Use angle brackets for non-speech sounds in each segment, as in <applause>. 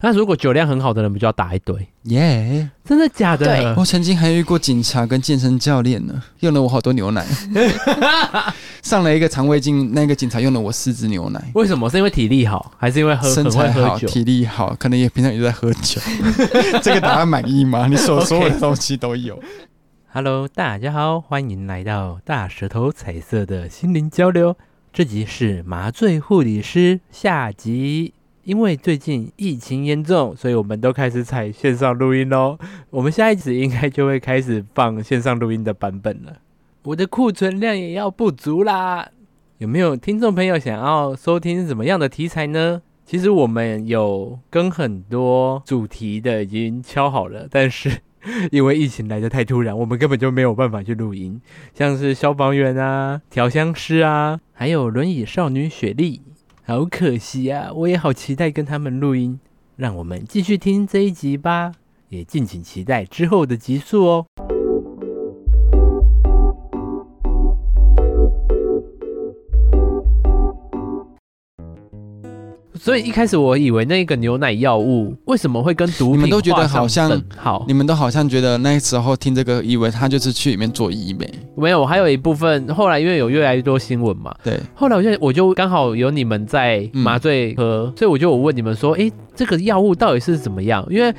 那如果酒量很好的人，不就要打一堆？耶、真的假的？我曾经还遇过警察跟健身教练呢，用了我好多牛 <laughs> 奶，上了一个肠胃镜，那个警察用了我四支牛奶。为什么？是因为体力好，还是因为喝身很会材好，喝酒？体力好，可能也平常也在 <laughs> 喝酒。这个答案满意吗？你所 OK 所有的东西都有。 Hello，大家好，欢迎来到大舌头彩色的心灵交流。这集是麻醉护理师下集。因为最近疫情严重，所以我们都开始采线上录音喽。我们下一集应该就会开始放线上录音的版本了。我的库存量也要不足啦。有没有听众朋友想要收听什么样的题材呢？其实我们有跟很多主题的已经敲好了，但是因为疫情来的太突然，我们根本就没有办法去录音，像是消防员啊、调香师啊，还有轮椅少女雪莉，好可惜啊！我也好期待跟他们录音，让我们继续听这一集吧，也敬请期待之后的集数哦。所以一开始我以为那个牛奶药物为什么会跟毒品你们都觉得画上好像等号，你们都好像觉得那时候听这个，以为他就是去里面做医美。没有，还有一部分后来因为有越来越多新闻嘛，对，嗯后来我就我就刚好有你们在麻醉科，所以我就我问你们说，诶，这个药物到底是怎么样？因为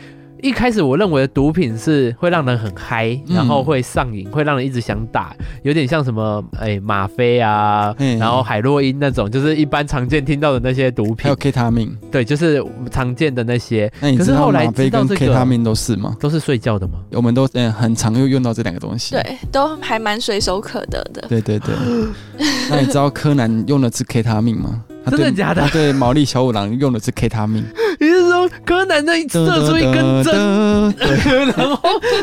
一开始我认为的毒品是会让人很嗨，嗯然后会上瘾，会让人一直想打，有点像什么诶吗啡啊，嗯然后海洛因那种，就是一般常见听到的那些毒还品有，K 他命。对，就是常见的那些，那你可知是道后来吗啡知道跟这 K 个他命都是吗？都是睡觉的 <laughs> 吗？我们都嗯很常又用到这两个东西。对，都还蛮随手可得的。对对对 <laughs> 那你知道柯南用的是 K 他命吗？他对真的假的他对毛利小五郎用的是 K 他命，你是说柯南那一射出一根 <laughs> 针，针。 <laughs> 然后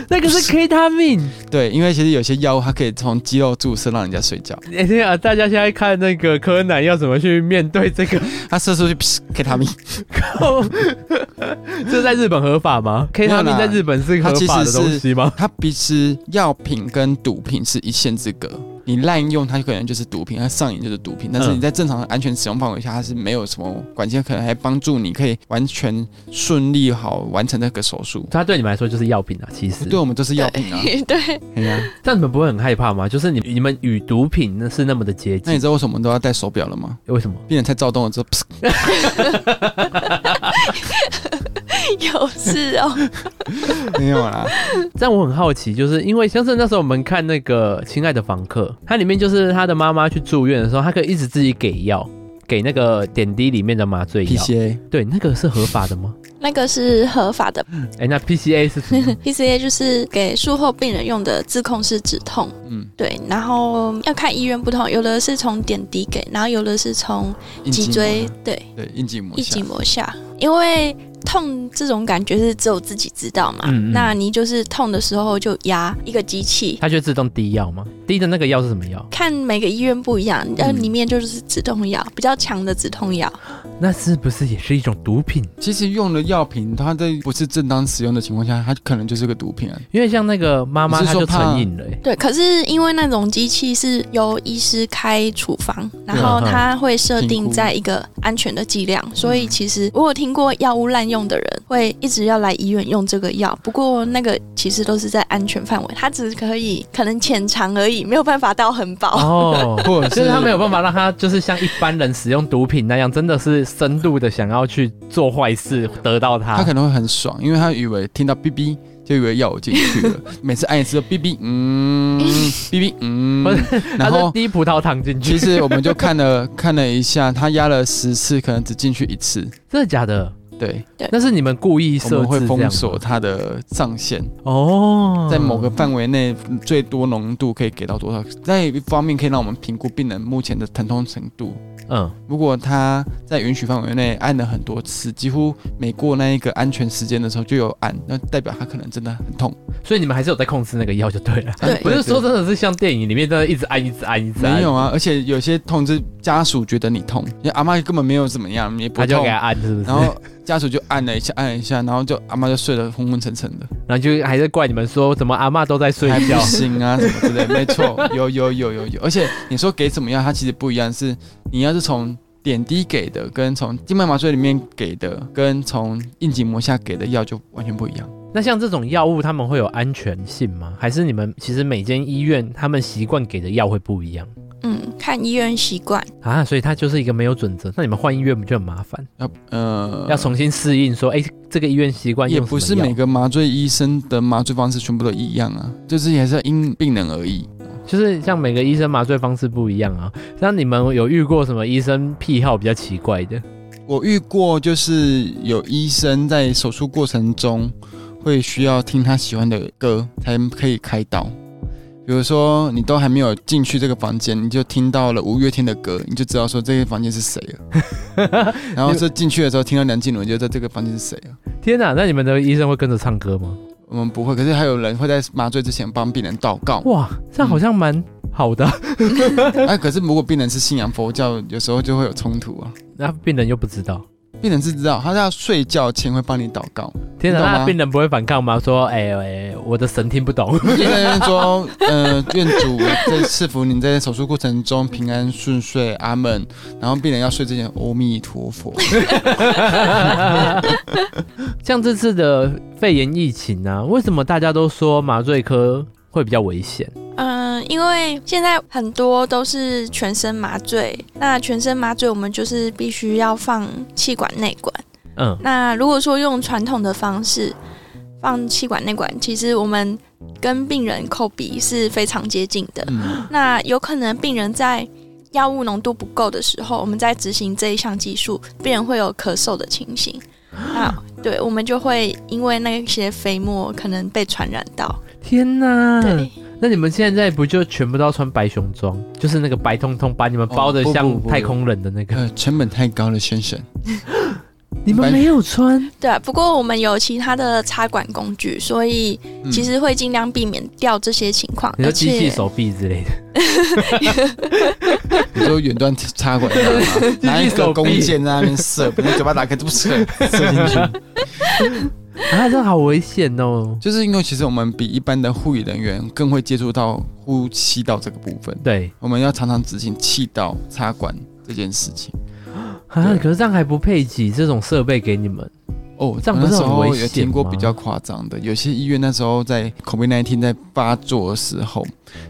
那个是 K 他命？对，因为其实有些药物它可以从肌肉注射让人家睡觉， <laughs> 哎、天啊！大家现在看那个柯南要怎么去面对这个？ <laughs> 它射出去噗 K 他命，这在日本合法吗？K 他命在日本是合法的东西吗？它必须药品跟毒品是一线之隔。你滥用它可能就是毒品，它上瘾就是毒品。但是嗯你在正常的安全使用范围下，它是没有什么管线，可能还帮助你可以完全顺利好完成那个手术。它对你们来说就是药品啊，其实对。我们都是药品啊，对 <laughs> 对，哎呀、但你们不会很害怕吗？就是你你们与毒品那是那么的接那近你，知道为什么我们都要戴手表了吗？为什么？病人太躁动了 <laughs> 之后，噗有事哦。没有啦。但我很好奇，就是因为像是那时候我们看那个《亲爱的房客》，它里面就是他的妈妈去住院的时候，她可以一直自己给药，给那个点滴里面的麻醉药。 PCA 对，那个是合法的吗？那个是合法的哎、那 PCA 是什么？ ，PCA 就是给术后病人用的自控式止痛。嗯，对，然后要看医院不同，有的是从点滴给，然后有的是从硬脊筋椎膜对对硬筋膜一下筋膜下，因为痛这种感觉是只有自己知道嘛。嗯嗯那你就是痛的时候就压一个机器。它就自动滴药吗？滴的那个药是什么药？看每个医院不一样，呃，嗯里面就是止痛药，比较强的止痛药。那是不是也是一种毒品？其实用的药品，它在不是正当使用的情况下，它可能就是个 <laughs> 毒品啊。因为像那个妈妈，你是她说就怕成瘾了、欸。对，可是因为那种机器是由医师开处方，然后它会设定在一个安全的剂量，所以其实我有听过药物滥用的人会一直要来医院用这个药，不过那个其实都是在安全范围，它只可以可能浅尝而已，没有办法到很饱。哦，或者 <laughs> 是就是他没有办法让他就是像一般人使用毒品那样，真的是深度的想要去做坏事得到它。他可能会很爽，因为他以为听到哔哔就以为药我进去 <laughs> 了，每次按一次就哔哔， <laughs> 嗯，哔哔，嗯不，然他是后。滴葡萄糖进去其，实我们就看 <laughs> 了看了一下，他压了十次，可能只进去一次。真的假的？对，那是你们故意我设们置会这封样锁吗他的上限，哦，在某个范围内最多浓度可以给到多少？在一方面可以让我们评估病人目前的疼痛程度，嗯如果他在允许范围内按了很多次，几乎每过那一个安全时间的时候就有按，那代表他可能真的很痛。所以你们还是有在控制那个药就对了。对不是说真的是像电影里面真的一直按一直按一直按，没有啊，而且有些痛是家属觉得你痛，因为阿妈根本没有怎么样，也不他就痛给，他按是不是？然后家属就按了一下，按了一下，然后就阿妈就睡得昏昏沉沉的，然后就还是怪你们说怎么阿嬷都在睡还不觉。行啊什 <laughs> 么之类的。没错，有有有有有，而且你说给怎么样，它其实不一样，是你要是从点滴给的跟从静脉麻醉里面给的跟从硬筋膜下给的药就完全不一样。那像这种药物，他们会有安全性吗？还是你们其实每间医院他们习惯给的药会不一样嗯，看医院习惯。啊？所以它就是一个没有准则。那你们换医院不就很麻烦？要呃，要重新适应说，哎、这个医院习惯也用不什是么药每个麻醉医生的麻醉方式全部都一样啊，就是也是要因病人而异。就是像每个医生麻醉方式不一样啊。那你们有遇过什么医生癖好比较奇怪的？我遇过，就是有医生在手术过程中会需要听他喜欢的歌才可以开刀。比如说，你都还没有进去这个房间，你就听到了五月天的歌，你就知道说这个房间是谁了。然后是进去的时候听到梁静茹，你就知道这个房间是谁了。天哪、那你们的医生会跟着唱歌吗？我们不会，可是还有人会在麻醉之前帮病人祷告。哇，这样好像蛮好的啊。哎、可是如果病人是信仰佛教，有时候就会有冲突啊。那病人又不知道。病人是知道，他在睡觉前会帮你祷告。天哪、你懂吗那病人不会反抗吗？说，哎、哎、我的神听不懂。就在那边说，呃，愿主在赐福您在手术过程中平安顺遂，阿门。然后病人要睡之前，阿弥陀佛。 <laughs> 像这次的肺炎疫情啊，为什么大家都说麻醉科会比较危险？嗯，因为现在很多都是全身麻醉，那全身麻醉我们就是必须要放气管内管。嗯，那如果说用传统的方式放气管内管，其实我们跟病人口鼻是非常接近的。嗯，那有可能病人在药物浓度不够的时候，我们在执行这一项技术，病人会有咳嗽的情 <gasps> 形。那对，我们就会因为那些飞沫可能被传染到。天哪！对，那你们现在不就全部都要穿白熊装，就是那个白通通把你们包的哦不不像不太空人的那个？呃，成本太高了，先生。你们白没有穿？对啊。不过我们有其他的插管工具，所以嗯其实会尽量避免掉这些情况。你而说且机器手臂之类的？你说远端插管，啊拿一个弓箭在那边射，把那嘴巴打开，这不射射进去。啊，这好危险哦！就是因为其实我们比一般的护理人员更会接触到呼吸道这个部分，对我们要常常执行气道插管这件事情。啊，对可是这样还不配给这种设备给你们，哦，这样不我是那时很候危有险听过比吗较夸张的，有些医院那时候在 COVID 1 9在发作的时候，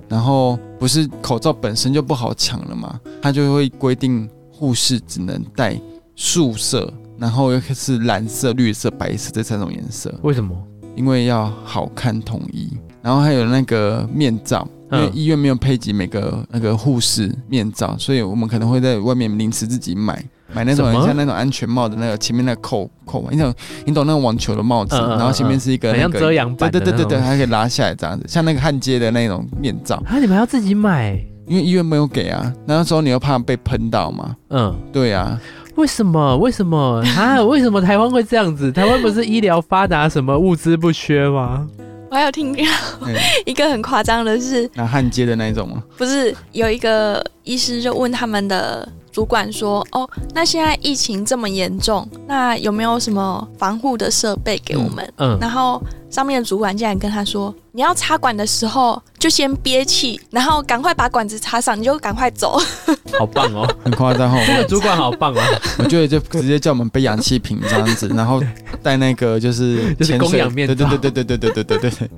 然后不是口罩本身就不好抢了嘛，他就会规定护士只能戴素色，然后又是蓝色、绿色、白色这三种颜色，为什么？因为要好看统一。然后还有那个面罩，因为嗯医院没有配给每个那个护士面罩，所以我们可能会在外面临时自己买买那种什么很像那种安全帽的那个前面那个扣扣嘛，你懂你懂那种网球的帽子，嗯嗯嗯然后前面是一个很那像遮个。阳对板的对那对种？对对，还可以拉下来这样子，像那个焊接的那种面罩，啊，你们还要自己买？因为医院没有给啊，那时候你又怕被喷到嘛，嗯，对啊，为什么？为什么 <laughs> 啊？为什么台湾会这样子？台湾不是医疗发达，什么物资不缺吗？我还有听到嗯 <laughs> 一个很夸张的是，拿焊接的那一种嘛，不是有一个医师就问他们的主管说：“哦，那现在疫情这么严重，那有没有什么防护的设备给我们？”嗯，然后上面的主管竟然跟他说：“你要插管的时候就先憋气，然后赶快把管子插上，你就赶快走。 <laughs> 好棒 <laughs> 哦！很夸张哦。这个主管好棒 <laughs> 啊，我觉得就直接叫我们背氧气瓶这样子，然后带那个就是就是潜供水氧面对罩对对对对对对对对对，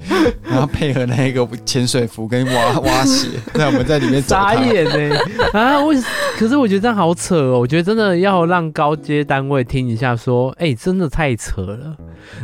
然后配合那个潜水服跟蛙蛙鞋，那我们在里面走眨它。眼呢、啊！为可是我觉得这样好扯哦，我觉得真的要让高阶单位听一下，说，哎、真的太扯了。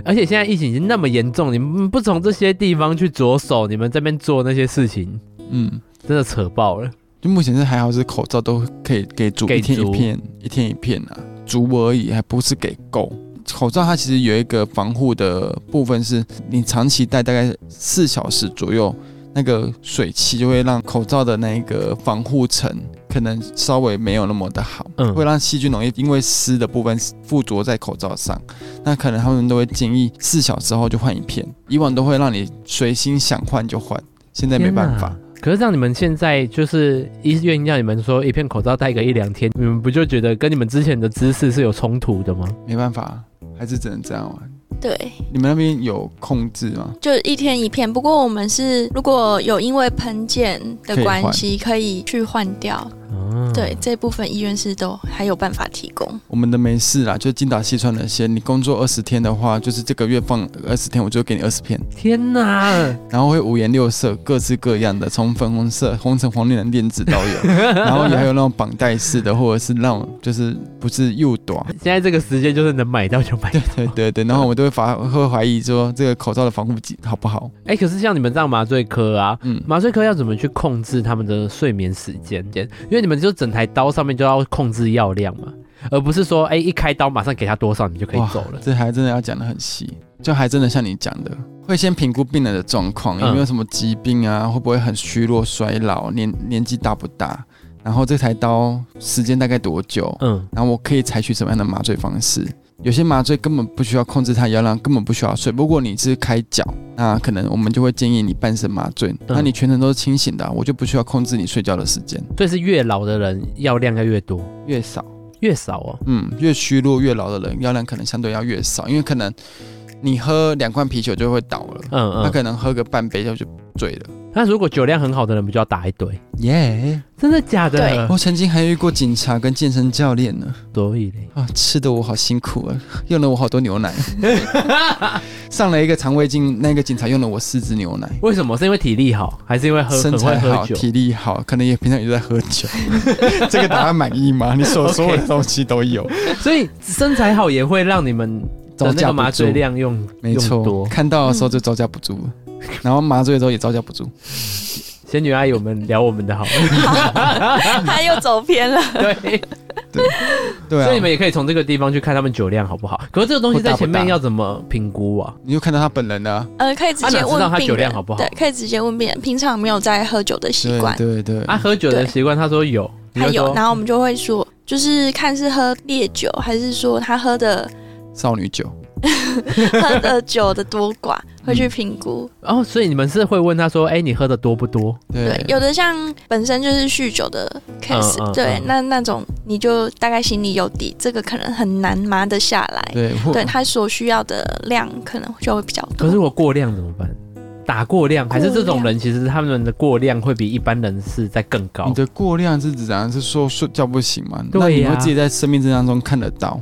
而且现在疫情已经那么严重，你们不从这些地方去着手，你们这边做那些事情，嗯，真的扯爆了。就目前是还好，是口罩都可以给足给一天足一片，一天一片啊，足而已，还不是给够。口罩它其实有一个防护的部分是，你长期戴大概四小时左右，那个水汽就会让口罩的那个防护层可能稍微没有那么的好，嗯会让细菌容易因为湿的部分附着在口罩上。那可能他们都会建议四小时后就换一片，以往都会让你随心想换就换，现在没办法天。哪。可是让你们现在就是医院让你们说一片口罩戴个一两天，你们不就觉得跟你们之前的知识是有冲突的吗？没办法，还是只能这样玩。”对，你们那边有控制吗？就一天一片。不过我们是如果有因为喷溅的关系，可以去换掉。啊，哦嗯对，这部分医院是都还有办法提供。 <laughs> 我们的没事啦，就精打细算那些。你工作二十天的话，就是这个月放二十天，我就给你二十片，天哪，然后会五颜六色、各式各样的，从粉红色、 <laughs> 红橙黄绿蓝靛紫都有， <laughs> 然后也还有那种绑带式的，或者是那种就是不是诱短， <laughs> 现在这个时间就是能买到就买到。 <laughs> 对对对，然后我都会发会怀疑说这个口罩的防护剂好不好？哎、可是像你们这样麻醉科啊，嗯，麻醉科要怎么去控制他们的睡眠时间？因为你们就整台刀上面就要控制药量嘛，而不是说哎、一开刀马上给他多少你就可以哇走了。这还真的要讲的很细，就还真的像你讲的，会先评估病人的状况，嗯有没有什么疾病啊，会不会很虚弱、衰老，年年纪大不大，然后这台刀时间大概多久，嗯，然后我可以采取什么样的麻醉方式。有些麻醉根本不需要控制它药量，根本不需要睡。如果你是开脚，那可能我们就会建议你半身麻醉。嗯那你全程都是清醒的啊、我就不需要控制你睡觉的时间，所以是越老的人药量要越多，越少。越少哦。嗯，越虚弱越老的人，药量可能相对要越少，因为可能你喝两罐啤酒就会倒了，嗯他嗯，可能喝个半杯就就醉了。那如果酒量很好的人，不就要打一堆？耶、真的假的对？我曾经还遇过警察跟健身教练呢，所以嘞，啊，吃的我好辛苦啊，用了我好多 <laughs> 牛奶，上了一个肠胃镜，那个警察用了我四支牛奶。为什么？是因为体力好，还是因为喝身很会材好，喝酒？体力好，可能也平常也在 <laughs> 喝酒。这个答案满意吗？你所所有的 OK 东西都有，所以身材好也会让你们招的那架个不麻住醉。量用没用错，多。嗯看到的时候就招架不住，然后麻醉的时候也招架不住。仙女阿姨，我们聊我们 <laughs> 的好了。他又走偏了，对。对啊，所以你们也可以从这个地方去看他们酒量好不好。可是这个东西在前面要怎么评估啊？你就看到他本人啊，呃，可以直啊接哪知问道他病酒人，量好不好对，可以直接问病人，平常有没有在喝酒的习对惯，对对，啊，喝酒的习惯，他说有，你他就有，说然后我们就会说，就是看是喝烈酒，还是说他 <laughs> 喝的少女酒，喝的酒的多寡，会去评估。哦，所以你们是会问他说，哎、你喝的多不多？对，有的像本身就是酗酒的 case，、嗯嗯嗯对，嗯那那种你就大概心里有底，这个可能很难麻得下来。对嗯或对他所需要的量可能就会比较可多是。我过量怎么办？打过量，还是这种过人其实他们的过量会比一般人是在更高你的过量是指怎样？是说睡觉不醒吗？对啊那你呀会自己在生命征象中看得到，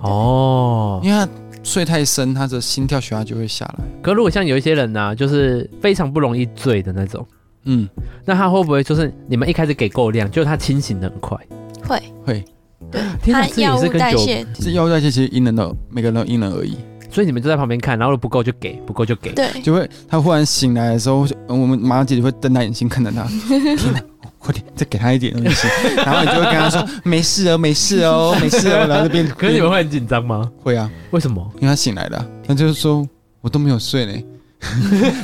哦。因为他睡太深，他的心跳血压就会下来。可如果像有一些人呢、啊，就是非常不容易醉的那种，嗯，那他会不会就是你们一开始给够量，就他清醒的很快？会会，对，天哪，他这也药是物跟代酒，谢，这腰带其实因人而每个人都因人而异，所以你们就在旁边看，然后如果不够就给，不够就给。 <laughs> 对，就会他忽然醒来的时候，嗯我们马上姐姐会瞪大眼睛看着他，天哪！快点，再给他一点东西，然后你就会跟他说：“没事哦，没事哦，没事哦。”然后就变。 <laughs> 可是你们会很紧张吗？会啊，为什么？因为他醒来了、他就是说我都没有睡呢，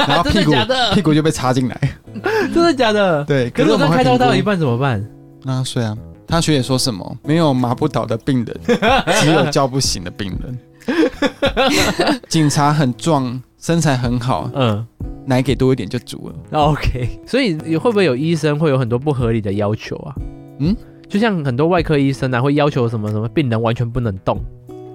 然后 <laughs> 真屁的股假的屁？股就被插进来。 <laughs> 真的假的？对，可是我我们刚会开刀评估到一半怎么办？让他睡啊。他学姐说什么？没有麻不倒的 <laughs> 病人，只有叫不醒的病人。 <laughs> 警察很壮，身材很好，嗯奶给多一点就足了。哦，OK。所以会不会有医生会有很多不合理的要求啊？嗯，就像很多外科医生啊，会要求什么什么病人完全不能动，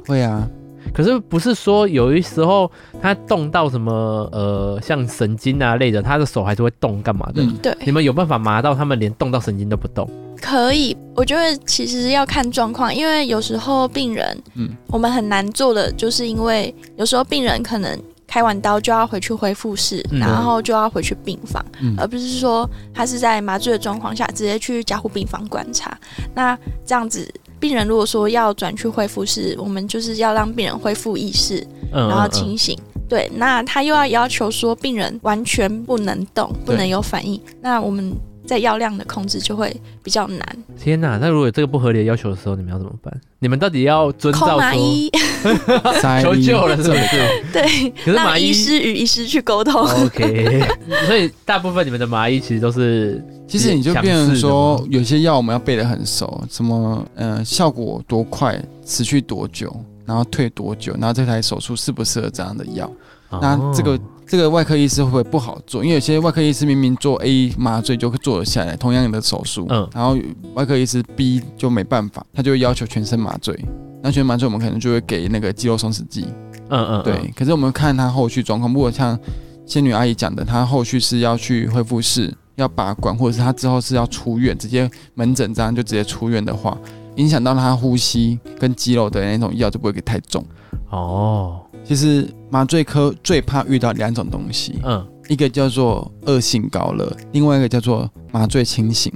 会啊，可是不是说有一时候他动到什么呃像神经啊类的，他的手还是会动干嘛的？嗯，对，你们有办法麻到他们连动到神经都不动？可以，我觉得其实要看状况，因为有时候病人，嗯嗯，我们很难做的，就是因为有时候病人可能开完刀就要回去恢复室，嗯然后就要回去病房，嗯而不是说他是在麻醉的状况下直接去加护病房观察。那这样子，病人如果说要转去恢复室，我们就是要让病人恢复意识，嗯，然后嗯清醒。对，那他又要要求说病人完全不能动，不对能有反应，那我们在药量的控制就会比较难。嗯天哪！那如果有这个不合理的要求的时候，你们要怎么办？你们到底要遵扣照麻说医， <laughs> 塞求利救了是不是？对，可是麻哦让医医师与医师去沟通。 OK，所 <laughs> 以大部分你们的麻衣其实都是其实你就变成说，有些药我们要背得很熟，什么呃效果多快，持续多久，然后退多久，然后这台手术适不适合这样的药。那这个哦这个外科医师会不会不好做？因为有些外科医师明明做 A 麻醉就做得下来同样的手术，嗯然后外科医师 B 就没办法，他就会要求全身麻醉。那全身麻醉我们可能就会给那个肌肉松弛剂，嗯嗯对。可是我们看他后续状况，如果像仙女阿姨讲的，她后续是要去恢复室，要拔管，或者是他之后是要出院，直接门诊这样就直接出院的话，影响到他呼吸跟肌肉的那种药就不会给太重。哦，其实麻醉科最怕遇到两种 <laughs> 东西，嗯，一个叫做恶性高热，另外一个叫做麻醉清醒。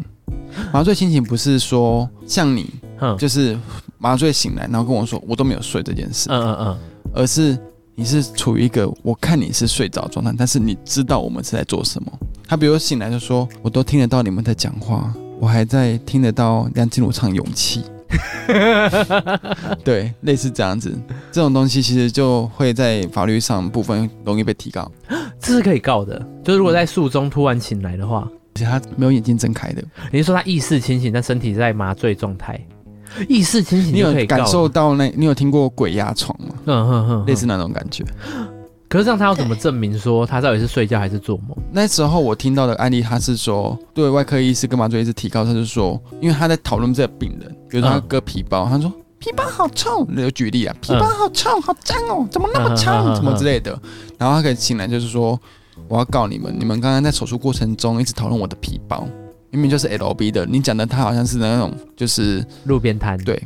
麻醉清醒不是说像你哼，就是麻醉醒来，然后跟我说我都没有睡这件事，嗯嗯嗯，而是你是处于一个我看你是睡着的状态，但是你知道我们是在做什么。他比如醒来就说，我都听得到你们在讲话，我还在听得到梁静茹唱《勇 <laughs> 气》。嗯对，类似这样子，这种东西其实就会在法律上部分容易被提高，这是可以告的。就是如果在术中突然醒来的话，而且他没有眼睛睁开的。你是说他意识清醒，但身体在麻醉状态，意识清醒你就有可以告感受到那？你有听过鬼压床吗？嗯哼哼，类似那种感觉。可是这样他要怎么证明说他到底是睡觉还是做梦？那时候我听到的案例，他是说，对外科医师跟麻醉医师提高，他是说，因为他在讨论这个病人，比如说他嗯割皮包，他说皮包好臭，有举例啊，皮包好臭，好脏哦，怎么那么臭嗯嗯嗯嗯，嗯怎么之类的。然后他可以醒来就是说，我要告你们，你们刚刚在手术过程中一直讨论我的皮包，明明就是 L B 的，你讲的他好像是那种就是 <laughs> 路边摊。对，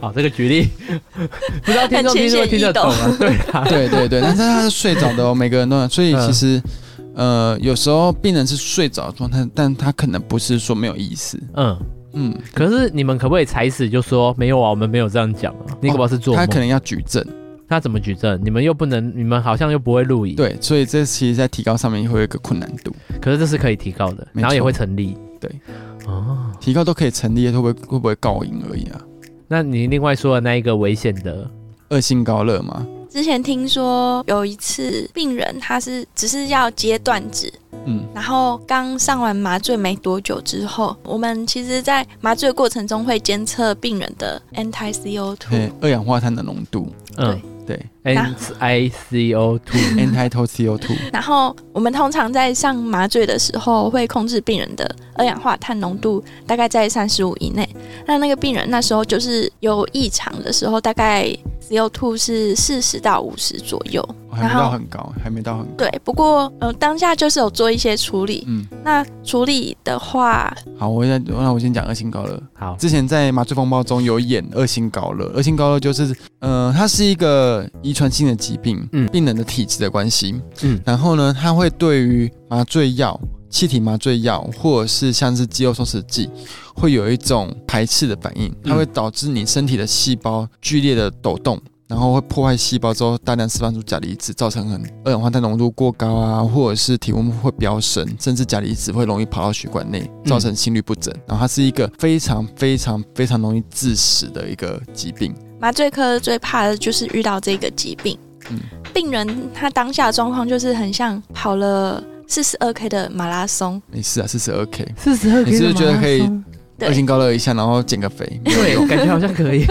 好，这个举 <laughs> 例不知道听众很听浅众显听得易懂懂啊？对啊，对对对，但是他是睡着的哦，每个人都有，所以其实。嗯呃，有时候病人是睡着的状态，但他可能不是说没有意思，嗯。嗯，可是你们可不可以踩死就说没有啊？我们没有这样讲啊。你可不可以是做哦他梦？可能要举证，他怎么举证？你们又不能，你们好像又不会录影。，对，所以这其实在提高上面会有一个困难度，可是这是可以提告的，没错然后也会成立。对，哦，提高都可以成立，会不会会不会告赢而已啊？那你另外说的那一个危险的，恶性高热嘛， <laughs> 之前听说有一次病人他是只是要接断指，嗯，然后刚上完麻醉没多久之后，我们其实，在麻醉过程中会监测病人的 anti CO 对 two，，二氧化碳的浓度，嗯对，N I C O two， ，anti-total CO2，然后我们通常在上麻醉的时候会控制病人的二氧化碳浓度大概在三十五以内。那那个病人那时候就是有异常的时候，大概 CO two 是四十到五十左右。还没然到后很高，还没到很高，对，不过呃当下就是有做一些处理。嗯，那处理的话，好，我先那我先讲恶性高热，好，之前在《麻醉风暴》中有演恶性高热，恶性高热就是，呃，它是一个遗传性的疾病，嗯病人的体质的关系，嗯然后呢，它会对于麻醉药、气体麻醉药或者是像是肌肉松弛剂，会有一种排斥的反应，嗯它会导致你身体的细胞剧烈的抖动。然后会破坏细胞之后，大量释放出钾离子，造成很二氧化碳浓度过高啊，或者是体温会飙升，甚至钾离子会容易跑到血管内，造成心律不整。然后它是一个非常非常非常容易致死的一个疾病。麻醉科最怕的就是遇到这个疾病。嗯病人他当下的状况就是很像跑了四十二 K 的马拉松， <laughs> 没事啊，四十二 K，四十二你是不是觉得可以对二型高热一下，然后减个肥，没有对，用。感觉好像可以。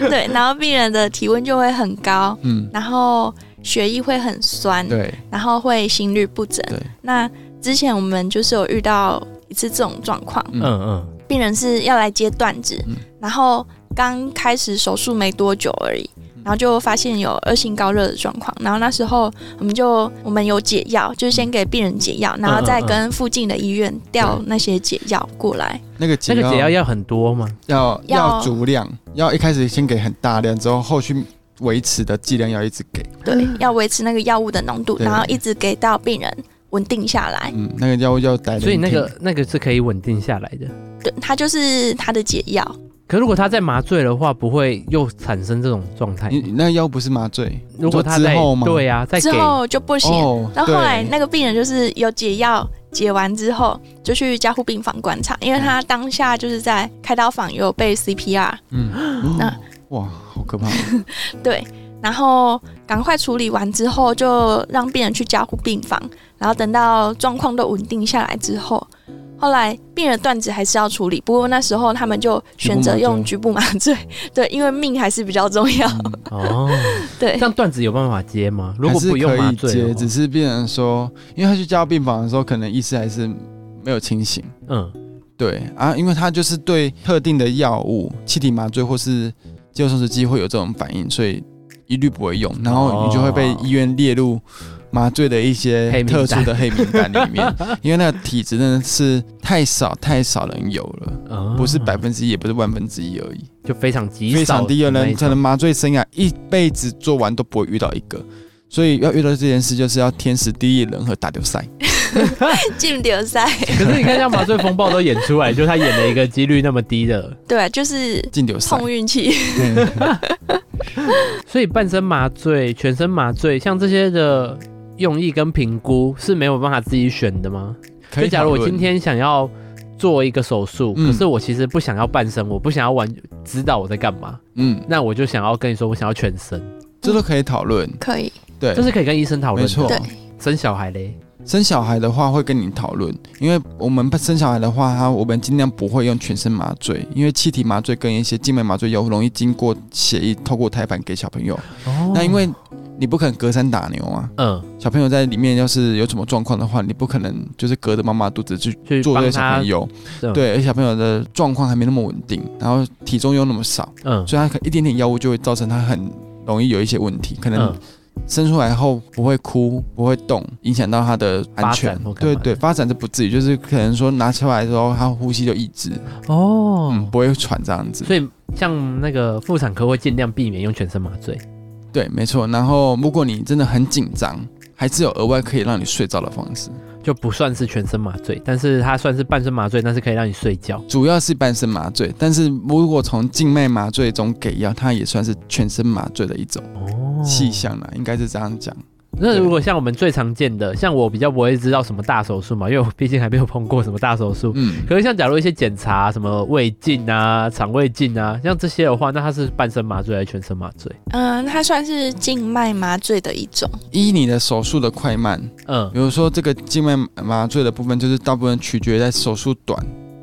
对，然后病人的体温就会很高，嗯，然后血液会很酸，对然后会心律不整。对，那之前我们就是有遇到一次这种状况， <laughs> 嗯嗯病人是要来接断指，嗯然后刚开始手术没多久而已，嗯然后就发现有恶性高热的状况，然后那时候我们就我们有解药，就是先给病人解药，嗯然后再跟附近的医院调对那些解药过来。那个解那个药 <laughs> 解药要很多吗？要要要足量，要一开始先给很大量，之后后续维持的剂量要一直给。对，要维持那个药物的浓度，嗯对然后一直给到病人稳定下来。嗯，那个药物叫代。所以那个那个是可以稳定下来的。对，它就是它的解药。可如果他在麻醉的话，不会又产生这种状态你吗。你那个药不是麻醉，如果他你说在之后吗对啊，在给之后就不行。哦，然后后来对那个病人就是有解药，解完之后就去加护病房观察，因为他当下就是在开刀房有被 CPR，嗯， <gasps> 那哇，好可怕！对，然后赶快处理完之后就让病人去加护病房，然后等到状况都稳定下来之后。后来病人断指还是要处理，不过那时候他们就选择用局部麻醉， <laughs> 对，因为命还是比较重要，哦，嗯对这，样段子有办法接吗？ <laughs> 如果不用麻还是可以醉哦的接，只话，是病人说，因为他去加护病房的时候，可能意识还是没有清醒。嗯对啊，因为他就是对特定的药物、气体麻醉或是肌肉松弛剂会有这种反应，所以一律不会用，然后你就会被医院列入麻醉的一些黑名单特殊的黑名单里面，因为那个体质真的是太少太少人有了，哦不是百分之一，也不是万分之一而已，就非常极非少常的低。有那一人种可能麻醉生涯一辈子做完都不会遇到一个，所以要遇到这件事，就是要天时地利人和打丢赛。 <laughs> 进决赛， <laughs> <laughs> 可是你看，像麻醉风暴都演出 <laughs> 来，就他演了一个几率那么低的，对，就是进流赛， <laughs> 碰运气。 <laughs> 所以半身麻醉、全身麻醉，像这些的用意跟评估是没有办法自己选的吗？可就以假讨如论。我今天想要做一个手术，嗯可是我其实不想要半身，我不想要完知道我在干嘛，嗯，那我就想要跟你说，我想要全身，这都可以讨论， <laughs> 可以，对这，是可以跟医生讨论没的。错。对生小孩嘞，生小孩的话会跟你讨论，因为我们生小孩的话，它我们尽量不会用全身麻醉，因为气体麻醉跟一些静脉麻醉有容易经过血液透过胎盘给小朋友。哦那因为你不可能隔山打牛啊，嗯，小朋友在里面要是有什么状况的话，你不可能就是隔着妈妈肚子去去做这帮个小他朋，友嗯。对，而且小朋友的状况还没那么稳定，然后体重又那么少，嗯所以他可一点点药物就会造成他很容易有一些问题，可能嗯，生出来后不会哭，不会动，影响到他的安发全展或。干嘛对的对，发展是不至于，就是可能说拿出来之后，他呼吸就抑制，哦，嗯，不会喘这样子。所以像那个妇产科会尽量避免用全身麻醉，对，没错。然后如果你真的很紧张，还是有额外可以让你睡着的方式，就不算是全身麻醉，但是它算是半身麻醉，但是可以让你睡觉。主要是半身麻醉。但是如果从静脉麻醉中给药，它也算是全身麻醉的一种哦细。项啦，应该是这样讲。那如果像我们最常见的，像我比较不会知道什么大手术嘛，因为我毕竟还没有碰过什么大手术。嗯，可是像假如一些检查，什么胃镜啊、肠胃镜啊，像这些的话，那它是半身麻醉还是全身麻醉？嗯，它算是静脉麻醉的一种，依你的手术的快慢，嗯比如说这个静脉麻醉的部分，就是大部分取决在手术短。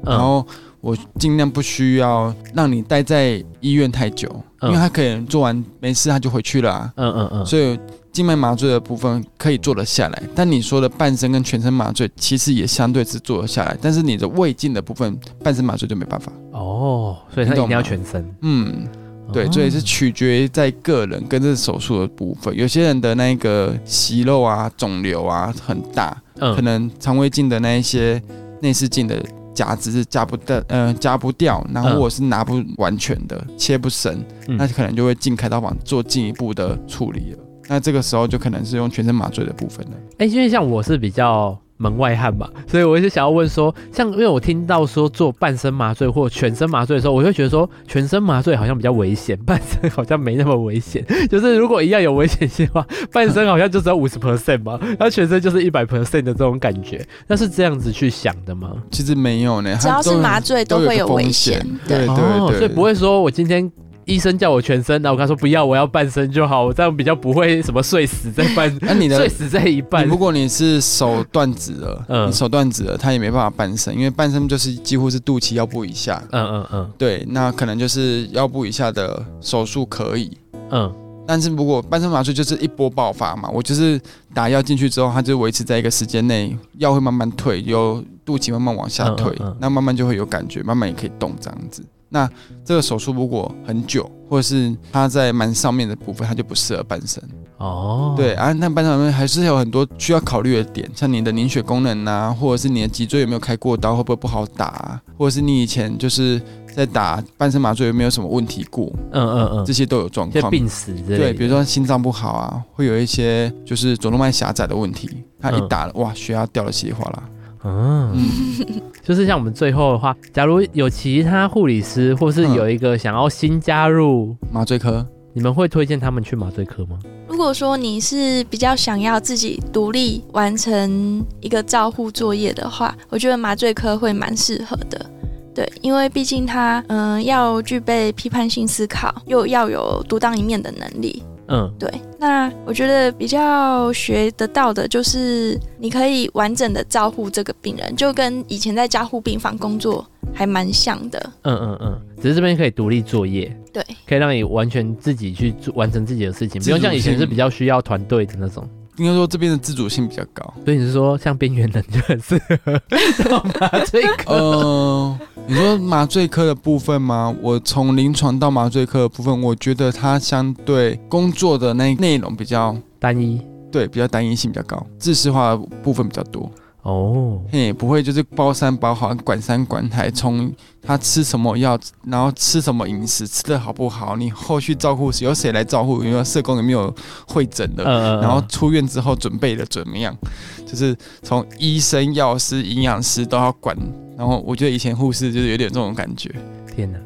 然嗯，后我尽量不需要让你待在医院太久，嗯因为他可能做完没事他就回去了、啊，嗯嗯嗯，所以静脉麻醉的部分可以做得下来。但你说的半身跟全身麻醉其实也相对是做得下来，但是你的胃镜的部分半身麻醉就没办法。哦，所以它一你懂定要吗全身。嗯，对，哦所以是取决于在个人跟这手术的部分。有些人的那个息肉啊、肿瘤啊很大，可嗯能肠胃镜的那一些内视镜的夹子是夹不掉，呃，夹不掉，然后我是拿不完全的，切不深，嗯那可能就会进开刀房做进一步的处理了。那这个时候就可能是用全身麻醉的部分了。哎、因为像我是比较门外汉嘛，所以我就想要问说，像因为我听到说做半身麻醉或全身麻醉的时候，我就觉得说全身麻醉好像比较危险，半身好像没那么危险。就是如果一样有危险性的话，半身好像就只有五十 percent 嘛，然后全身就是一百 percent 的这种感觉。那是这样子去想的吗？其实没有呢，只要是麻醉都会有有个危风险。对，对对哦，对，所以不会说我今天。医生叫我全身，然后我跟他说不要，我要半身就好，我这样比较不会什么睡死在半， <laughs> 那你 <laughs> 的睡死在一半你。如果你是手断指了，嗯你手断指了，他也没办法半身，因为半身就是几乎是肚脐腰部以下。嗯嗯对，那可能就是腰部以下的手术可以，嗯嗯，但是如果半身麻醉就是一波爆发嘛，我就是打药进去之后，它就维持在一个时间内，药会慢慢退，有肚脐慢慢往下退，嗯嗯嗯那慢慢就会有感觉，慢慢也可以动这样子。那这个手术如果很久，或者是它在蛮上面的部分，它就不适合半身。哦，对啊，那半身麻醉还是有很多需要考虑的点，像你的凝血功能啊，或者是你的脊椎有没有开过刀，会不会不好打、啊，或者是你以前就是在打半身麻醉有没有什么问题过，嗯嗯嗯这，些都有状就况。病死之类的。对，比如说心脏不好啊，会有一些就是主动脉狭窄的问题。他一嗯打了，哇，血压掉了稀里哗啦。嗯，嗯，就是像我们最后的话，假如有其他护理师，或是嗯有一个想要新加入，麻醉科，你们会推荐他们去麻醉科吗？如果说你是比较想要自己独立完成一个照护作业的话，我觉得麻醉科会蛮适合的。对，因为毕竟它嗯、要具备批判性思考，又要有独当一面的能力。嗯，对，那我觉得比较学得到的就是你可以完整的照顾这个病人，就跟以前在加护病房工作还蛮像的。嗯嗯嗯，只是这边可以独立作业，对，可以让你完全自己去做完成自己的事情，不自主用像以前性是比较需要团队的那种。应该说这边的自主性比较 <laughs> 高。所以你是说像边缘人就很适合 <laughs> 到麻醉科？呃，你说麻醉科的部分吗？我从临床到麻醉科的部分，我觉得它相对工作的那内容比较单一，对，比较单一性比较高，自式化的部分比较多。哦，嘿，不会就是包山包海、管山管海，从他吃什么药，然后吃什么饮食，吃的好不好，你后续照顾由谁来照顾，有没有社工，有没有会诊的，呃然后出院之后准备的怎么样，就是从医生、药师、营养师都要管。然后我觉得以前护士就是有点这种感 <laughs> 觉，嗯天哪！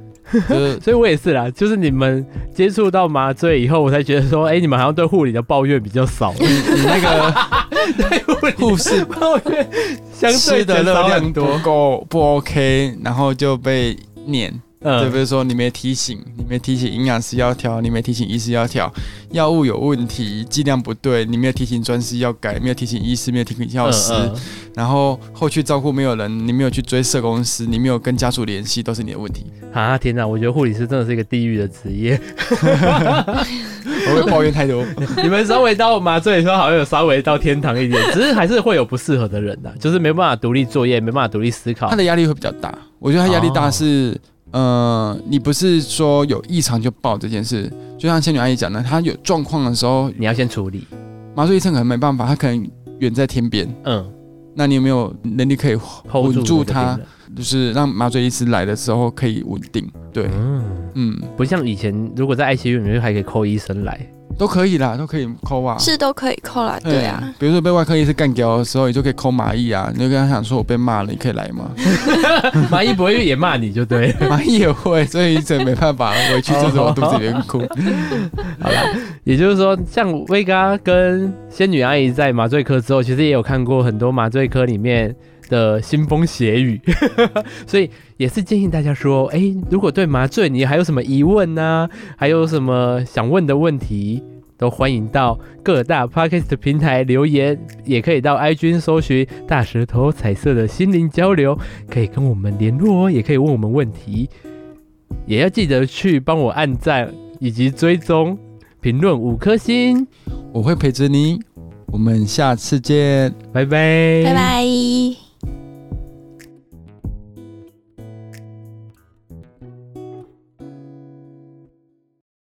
就是所以我也是啦，就是你们接触到麻醉以后，我才觉得说，哎、你们好像对护理的抱怨比较 <laughs> 少，你那个护士抱怨相对吃的减热少量很不多，够不 OK，然后就被念。就嗯比如说你没提醒，你没提醒营养师要调，你没提醒医师要调，药物有问题，剂量不对，你没有提醒专师要改，没有提醒医师，没有提醒药师，嗯然后后续照顾没有人，你没有去追社工师，你没有跟家属联系，都是你 <laughs> 的问题。嗯啊，天哪！我觉得护理师真的是一个地狱的职业。 <laughs> 我会抱怨太多，你们稍微到麻醉的时候，好像有稍微到天堂一 <laughs> 点，只是还是会有不适合的人呐，就是没办法独立作业，没办法独立思考他。的压力会比较大。我觉得他压力哦大是，呃，你不是说有异常就报这件事，就像仙女阿姨讲的，她有状况的时候，你要先处理，麻醉医生可能没办法，他可能远在天边，嗯那你有没有能力可以，hold 稳住住那个病他？人就是让麻醉医师来的时候可以稳定，对，嗯，嗯，不像以前，如果在 ICU 里面还可以扣医生 <laughs> 来，都可以啦，都可以抠啊。是都可以扣啦，嗯对啊，比如说被外科医师干掉的时候，你就可以抠蚂蚁啊，你就跟他讲说：“我被骂了，你可以来吗麻衣不会也骂你就对了。？”蚂蚁也会，所以真没办法，回去就是往肚子里面哭。 <laughs> 好啦，也就是说，像威嘎跟仙女阿姨在麻醉科之后，其实也有看过很多麻醉科里面的腥风血雨， <laughs> 所以也是建议大家说，哎、如果对麻醉你还有什么疑问呢、还有什么想问的问题？都欢迎到各大 podcast 平台留言，也可以到 IG 搜寻“大石头彩色的心灵交流”，可以跟我们联络哦，也可以问我们问题，也要记得去帮我按赞以及追踪，评论五颗星，我会陪着你，我们下次见。拜拜，拜拜。